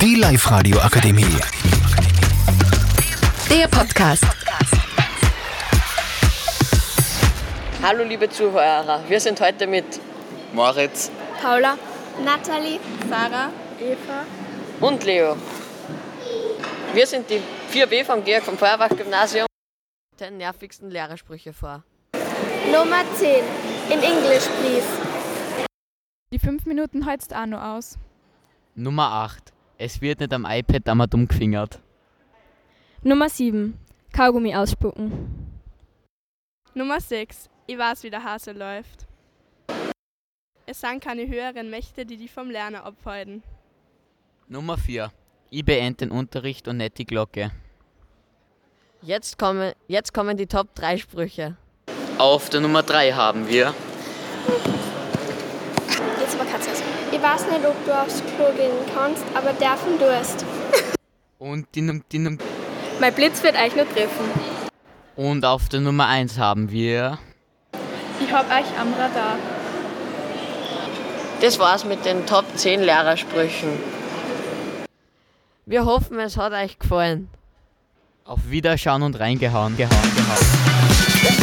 Die Live-Radio Akademie. Der Podcast. Hallo liebe Zuhörer, wir sind heute mit Moritz. Paula, Natalie, Sarah, und Leo. Wir sind die 4B vom Georg vom Feuerbach-Gymnasium. Den nervigsten Lehrersprüche vor. Nummer 10. In English, please. die fünf Minuten heizt auch noch aus. Nummer 8. Es wird nicht am iPad einmal dumm gefingert. Nummer 7. Kaugummi ausspucken. Nummer 6. Ich weiß, wie der Hase läuft. Es sind keine höheren Mächte, die die vom Lernen abhalten. Nummer 4. Ich beende den Unterricht und nicht die Glocke. Jetzt kommen, jetzt kommen die Top 3 Sprüche. Auf der Nummer 3 haben wir. Jetzt aber Katze. Ich weiß nicht, ob du aufs Klo gehen kannst, aber dürfen durst. Und, die, Num- die, Num- Mein Blitz wird euch nur treffen. und auf der Nummer 1 haben wir. Ich hab euch am Radar. Das war's mit den Top 10 Lehrersprüchen. Wir hoffen, es hat euch gefallen. Auf Wiederschauen und reingehauen. Gehauen, gehauen.